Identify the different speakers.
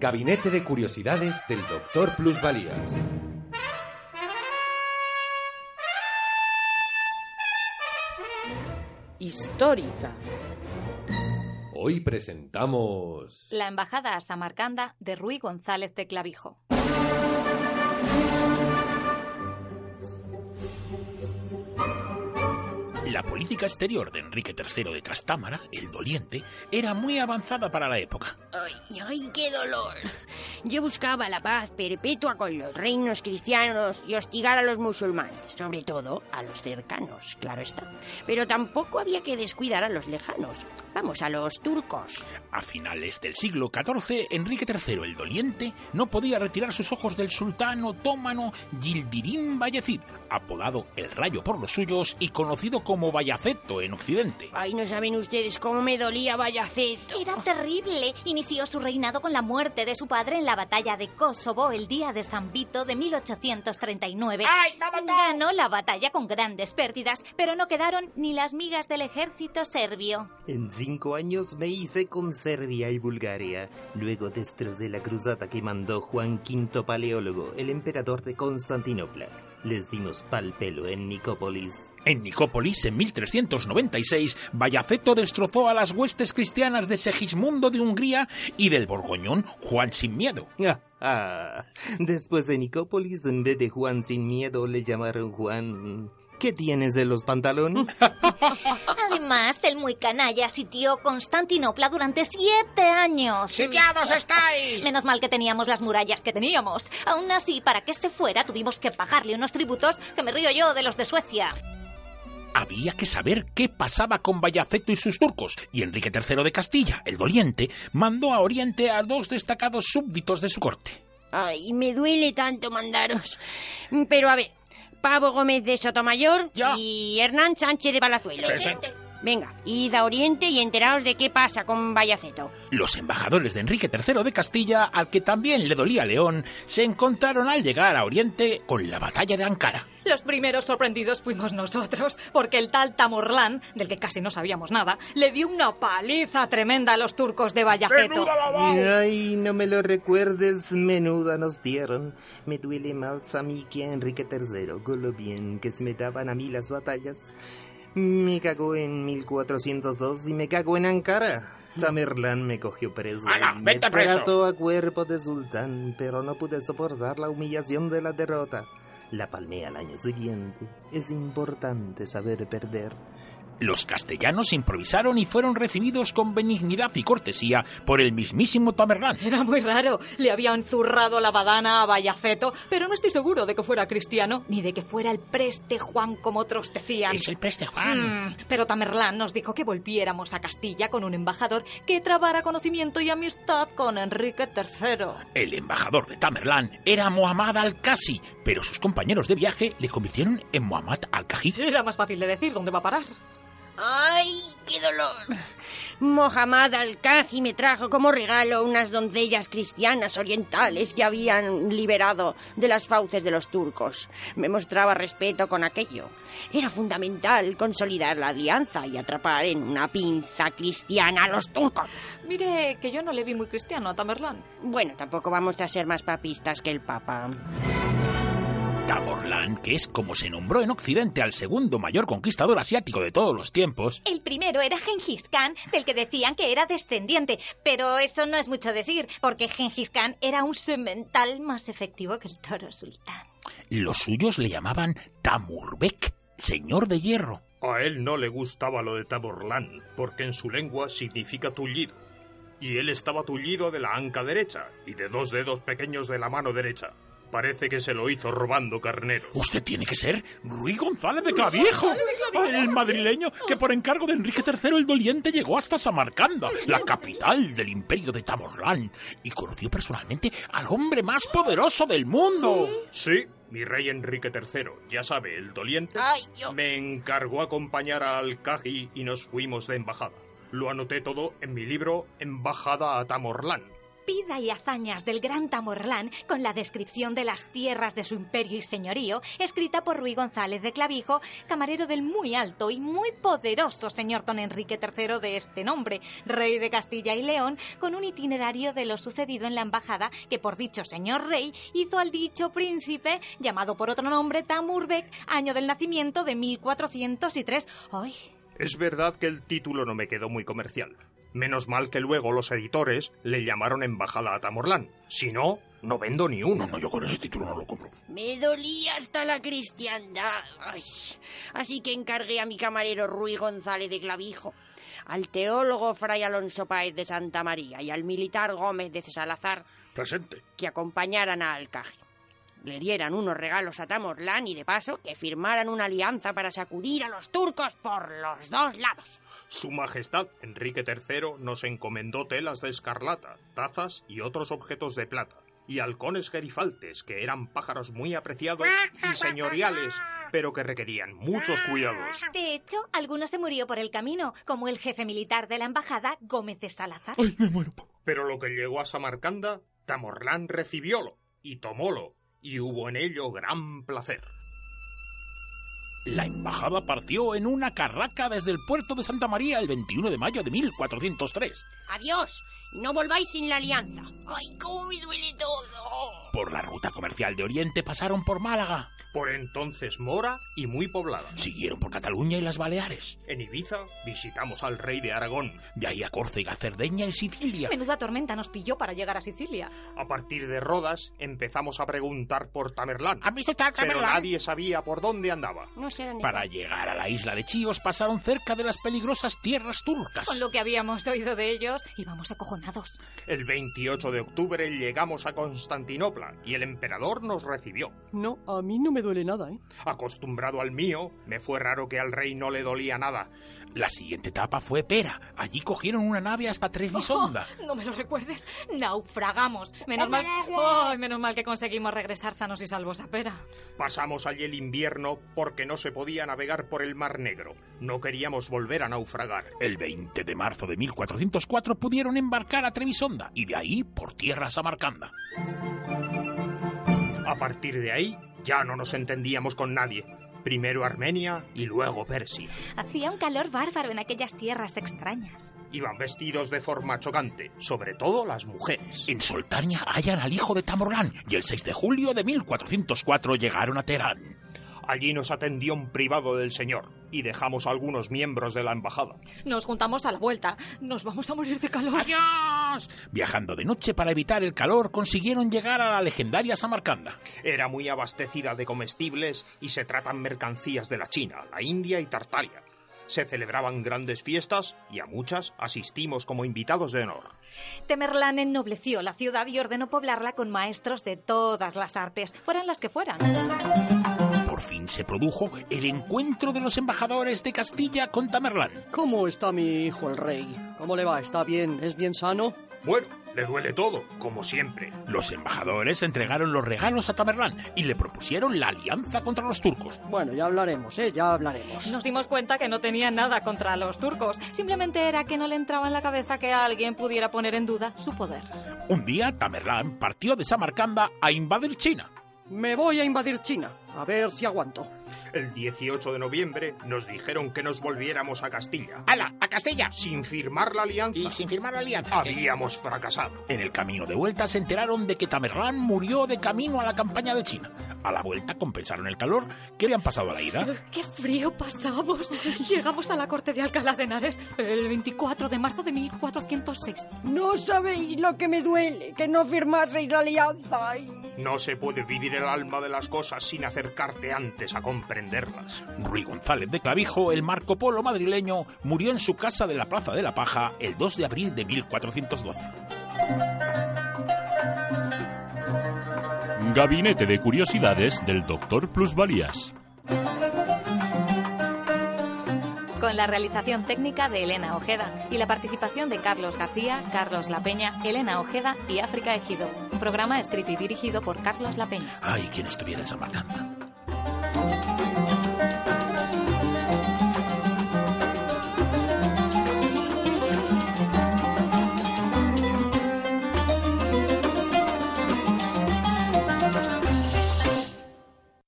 Speaker 1: Gabinete de Curiosidades del Doctor Plusvalías.
Speaker 2: Histórica.
Speaker 1: Hoy presentamos...
Speaker 3: La embajada a Samarcanda de Ruy González de Clavijo.
Speaker 4: La política exterior de Enrique III de Trastámara, el doliente, era muy avanzada para la época.
Speaker 5: ¡Ay, ay, qué dolor! Yo buscaba la paz perpetua con los reinos cristianos y hostigar a los musulmanes, sobre todo a los cercanos, claro está. Pero tampoco había que descuidar a los lejanos, vamos, a los turcos.
Speaker 4: A finales del siglo XIV, Enrique III el doliente no podía retirar sus ojos del sultán otomano Yildirim Bayezid, apodado el Rayo por los suyos y conocido como como Bayaceto en Occidente.
Speaker 5: Ay, no saben ustedes cómo me dolía Bayaceto.
Speaker 3: Era terrible. Inició su reinado con la muerte de su padre en la batalla de Kosovo el día de San Vito de 1839.
Speaker 5: ¡Ay, me ha
Speaker 3: Ah,
Speaker 5: matado!
Speaker 3: Ganó la batalla con grandes pérdidas, pero no quedaron ni las migas del ejército serbio.
Speaker 6: En cinco años me hice con Serbia y Bulgaria. Luego destrocé la cruzada que mandó Juan V Paleólogo, el emperador de Constantinopla. Les dimos pal pelo en Nicópolis.
Speaker 4: En Nicópolis, en 1396, Bayaceto destrozó a las huestes cristianas de Segismundo de Hungría y del Borgoñón Juan sin Miedo.
Speaker 6: Ah, ah. Después de Nicópolis, en vez de Juan sin Miedo, le llamaron Juan. ¿Qué tienes de los pantalones?
Speaker 3: Además, el muy canalla sitió Constantinopla durante siete años.
Speaker 7: ¡Sitiados estáis!
Speaker 3: Menos mal que teníamos las murallas que teníamos. Aún así, para que se fuera, tuvimos que pagarle unos tributos que me río yo de los de Suecia.
Speaker 4: Había que saber qué pasaba con Bayaceto y sus turcos, y Enrique III de Castilla, el doliente, mandó a Oriente a dos destacados súbditos de su corte.
Speaker 5: Ay, me duele tanto mandaros. Pero a ver, Pavo Gómez de Sotomayor
Speaker 7: Yo.
Speaker 5: y Hernán Sánchez de Palazuelo.
Speaker 4: Presente.
Speaker 5: Venga, id a Oriente y enteraos de qué pasa con Bayaceto.
Speaker 4: Los embajadores de Enrique III de Castilla, al que también le dolía León, se encontraron al llegar a Oriente con la batalla de Ankara.
Speaker 8: Los primeros sorprendidos fuimos nosotros, porque el tal Tamorlán, del que casi no sabíamos nada, le dio una paliza tremenda a los turcos de Bayaceto.
Speaker 6: Ay, no me lo recuerdes, menuda nos dieron. Me duele más a mí que a Enrique III, con lo bien que se me daban a mí las batallas. Me cagó en 1402 y me cagó en Ankara. Tamerlán me cogió preso.
Speaker 4: ¡Hala,
Speaker 6: Me
Speaker 4: vete preso!
Speaker 6: trató a cuerpo de sultán, pero no pude soportar la humillación de la derrota. La palmé al año siguiente. Es importante saber perder.
Speaker 4: Los castellanos improvisaron y fueron recibidos con benignidad y cortesía por el mismísimo Tamerlán.
Speaker 8: Era muy raro. Le habían zurrado la badana a Bayaceto, pero no estoy seguro de que fuera cristiano ni de que fuera el preste Juan como otros decían.
Speaker 4: el preste
Speaker 8: Mm, pero Tamerlán nos dijo que volviéramos a Castilla con un embajador que trabara conocimiento y amistad con Enrique III.
Speaker 4: El embajador de Tamerlán era Muhammad al-Kasi, pero sus compañeros de viaje le convirtieron en Muhammad al-Kaji.
Speaker 8: Era más fácil de decir dónde va a parar.
Speaker 5: ¡Ay, qué dolor! Mohammad Al-Kaji me trajo como regalo unas doncellas cristianas orientales que habían liberado de las fauces de los turcos. Me mostraba respeto con aquello. Era fundamental consolidar la alianza y atrapar en una pinza cristiana a los turcos.
Speaker 8: Mire que yo no le vi muy cristiano a Tamerlán.
Speaker 5: Bueno, tampoco vamos a ser más papistas que el Papa.
Speaker 4: Tamerlán, que es como se nombró en Occidente al segundo mayor conquistador asiático de todos los tiempos,
Speaker 3: El primero era Genghis Khan, del que decían que era descendiente, pero eso no es mucho decir, porque Genghis Khan era un semental más efectivo que el toro sultán.
Speaker 4: los suyos le llamaban Tamurbek, señor de hierro.
Speaker 9: A él no le gustaba lo de Taborlán, porque en su lengua significa tullido. Y él estaba tullido de la anca derecha y de dos dedos pequeños de la mano derecha. Parece que se lo hizo robando carnero.
Speaker 4: Usted tiene que ser Ruy González de Clavijo, el madrileño que por encargo de Enrique III el Doliente llegó hasta Samarcanda, la capital del imperio de Tamerlán, y conoció personalmente al hombre más poderoso del mundo.
Speaker 9: Sí, mi rey Enrique III, ya sabe, el doliente,
Speaker 5: Ay, Ah, yo-
Speaker 9: me encargó acompañar a Al-Kaji y nos fuimos de embajada. Lo anoté todo en mi libro Embajada a Tamorlán.
Speaker 3: vida y hazañas del gran Tamorlán con la descripción de las tierras de su imperio y señorío, escrita por Ruy González de Clavijo, camarero del muy alto y muy poderoso señor don Enrique III de este nombre, rey de Castilla y León, con un itinerario de lo sucedido en la embajada que por dicho señor rey hizo al dicho príncipe, llamado por otro nombre Tamurbeck, año del nacimiento de 1403. ¡Ay!
Speaker 9: Es verdad que el título no me quedó muy comercial. Menos mal que luego los editores le llamaron embajada a Tamorlán. Si no, no vendo ni uno.
Speaker 4: Uh, No, no, yo con ese título no lo compro.
Speaker 5: Me dolía hasta la cristiandad. Ay, así que encargué a mi camarero Ruy González de Clavijo, al teólogo Fray Alonso Páez de Santa María y al militar Gómez de Cesalazar
Speaker 4: Presente.
Speaker 5: que acompañaran a Alcaje. Le dieran unos regalos a Tamorlán y de paso que firmaran una alianza para sacudir a los turcos por los dos lados.
Speaker 9: Su Majestad Enrique III nos encomendó telas de escarlata, tazas y otros objetos de plata, y halcones gerifaltes, que eran pájaros muy apreciados y señoriales, pero que requerían muchos cuidados.
Speaker 3: De hecho, alguno se murió por el camino, como el jefe militar de la embajada, Gómez de Salazar.
Speaker 4: Ay, me muero.
Speaker 9: Pero lo que llegó a Samarcanda, Tamorlán recibiólo y tomólo, y hubo en ello gran placer.
Speaker 4: La embajada partió en una carraca desde el puerto de Santa María el 21 de mayo de 1403.
Speaker 5: Adiós, no volváis sin la alianza. Ay, cómo me duele todo.
Speaker 4: Por la ruta comercial de Oriente pasaron por Málaga,
Speaker 9: Por entonces mora y muy poblada.
Speaker 4: siguieron por Cataluña y las Baleares,
Speaker 9: En Ibiza visitamos al rey de Aragón.
Speaker 4: de ahí a Córcega, Cerdeña y Sicilia.
Speaker 8: Menuda tormenta nos pilló para llegar a Sicilia.
Speaker 9: A partir de Rodas empezamos a preguntar por Tamerlán,
Speaker 4: Ah,
Speaker 5: ¿Has visto tal
Speaker 9: pero nadie sabía por dónde andaba.
Speaker 5: No sé dónde.
Speaker 4: Para llegar a la isla de Chios pasaron cerca de las peligrosas tierras turcas.
Speaker 8: Con lo que habíamos oído de ellos, íbamos acojonados.
Speaker 9: El 28 de octubre llegamos a Constantinopla y el emperador nos recibió.
Speaker 2: No, a mí no me duele nada, ¿eh?
Speaker 9: Acostumbrado al mío, me fue raro que al rey no le dolía nada.
Speaker 4: La siguiente etapa fue Pera. Allí cogieron una nave hasta Trebisonda.
Speaker 8: No me lo recuerdes. Naufragamos. Menos mal. Ay, menos mal que conseguimos regresar sanos y salvos a Pera.
Speaker 9: Pasamos allí el invierno porque no se podía navegar por el Mar Negro. No queríamos volver a naufragar.
Speaker 4: El 20 de marzo de 1404 pudieron embarcar a Trebisonda y de ahí por tierra a Samarcanda.
Speaker 9: A partir de ahí, ya no nos entendíamos con nadie. Primero Armenia y luego Persia.
Speaker 3: Hacía un calor bárbaro en aquellas tierras extrañas.
Speaker 9: Iban vestidos de forma chocante, sobre todo las mujeres.
Speaker 4: En Soltania hallan al hijo de Tamorlán y el 6 de julio de 1404 llegaron a Teherán.
Speaker 9: Allí nos atendió un privado del señor y dejamos a algunos miembros de la embajada.
Speaker 8: Nos juntamos a la vuelta. Nos vamos a morir de calor.
Speaker 4: ¡Adiós! Viajando de noche para evitar el calor, consiguieron llegar a la legendaria Samarcanda.
Speaker 9: Era muy abastecida de comestibles y se tratan mercancías de la China, la India y Tartaria. Se celebraban grandes fiestas y a muchas asistimos como invitados de honor.
Speaker 3: Temerlán ennobleció la ciudad y ordenó poblarla con maestros de todas las artes, fueran las que fueran.
Speaker 4: Por fin se produjo el encuentro de los embajadores de Castilla con Tamerlán.
Speaker 2: ¿Cómo está mi hijo el rey? ¿Cómo le va? ¿Está bien? ¿Es bien sano?
Speaker 9: Bueno, le duele todo, como siempre.
Speaker 4: Los embajadores entregaron los regalos a Tamerlán y le propusieron la alianza contra los turcos.
Speaker 2: Bueno, ya hablaremos, ¿eh? Ya hablaremos.
Speaker 8: Nos dimos cuenta que no tenía nada contra los turcos. Simplemente era que no le entraba en la cabeza que alguien pudiera poner en duda su poder.
Speaker 4: Un día, Tamerlán partió de Samarcanda a invadir China.
Speaker 2: Me voy a invadir China. A ver si aguanto.
Speaker 9: El 18 de noviembre nos dijeron que nos volviéramos a Castilla.
Speaker 4: ¡Hala! ¡A Castilla!
Speaker 9: Sin firmar la alianza,
Speaker 4: firmar la alianza.
Speaker 9: habíamos fracasado.
Speaker 4: Ah, En el camino de vuelta se enteraron de que Tamerlán murió de camino a la campaña de China. A la vuelta compensaron el calor que le han pasado a la ida.
Speaker 8: ¡Qué frío pasamos! Llegamos a la corte de Alcalá de Henares el 24 de marzo de 1406.
Speaker 5: No sabéis lo que me duele, que no firmaseis la alianza. Ay.
Speaker 9: No se puede vivir el alma de las cosas sin acercarte antes a comprenderlas.
Speaker 4: Ruy González de Clavijo, el Marco Polo madrileño, murió en su casa de la Plaza de la Paja el 2 de abril de 1412.
Speaker 7: Gabinete de Curiosidades del Doctor Plusvalías.
Speaker 10: con la realización técnica de Elena Ojeda y la participación de Carlos García, Carlos La Peña, Elena Ojeda y África Ejido. Un programa escrito y dirigido por Carlos La Peña.
Speaker 4: Ay, quien estuviera en Samarcanda.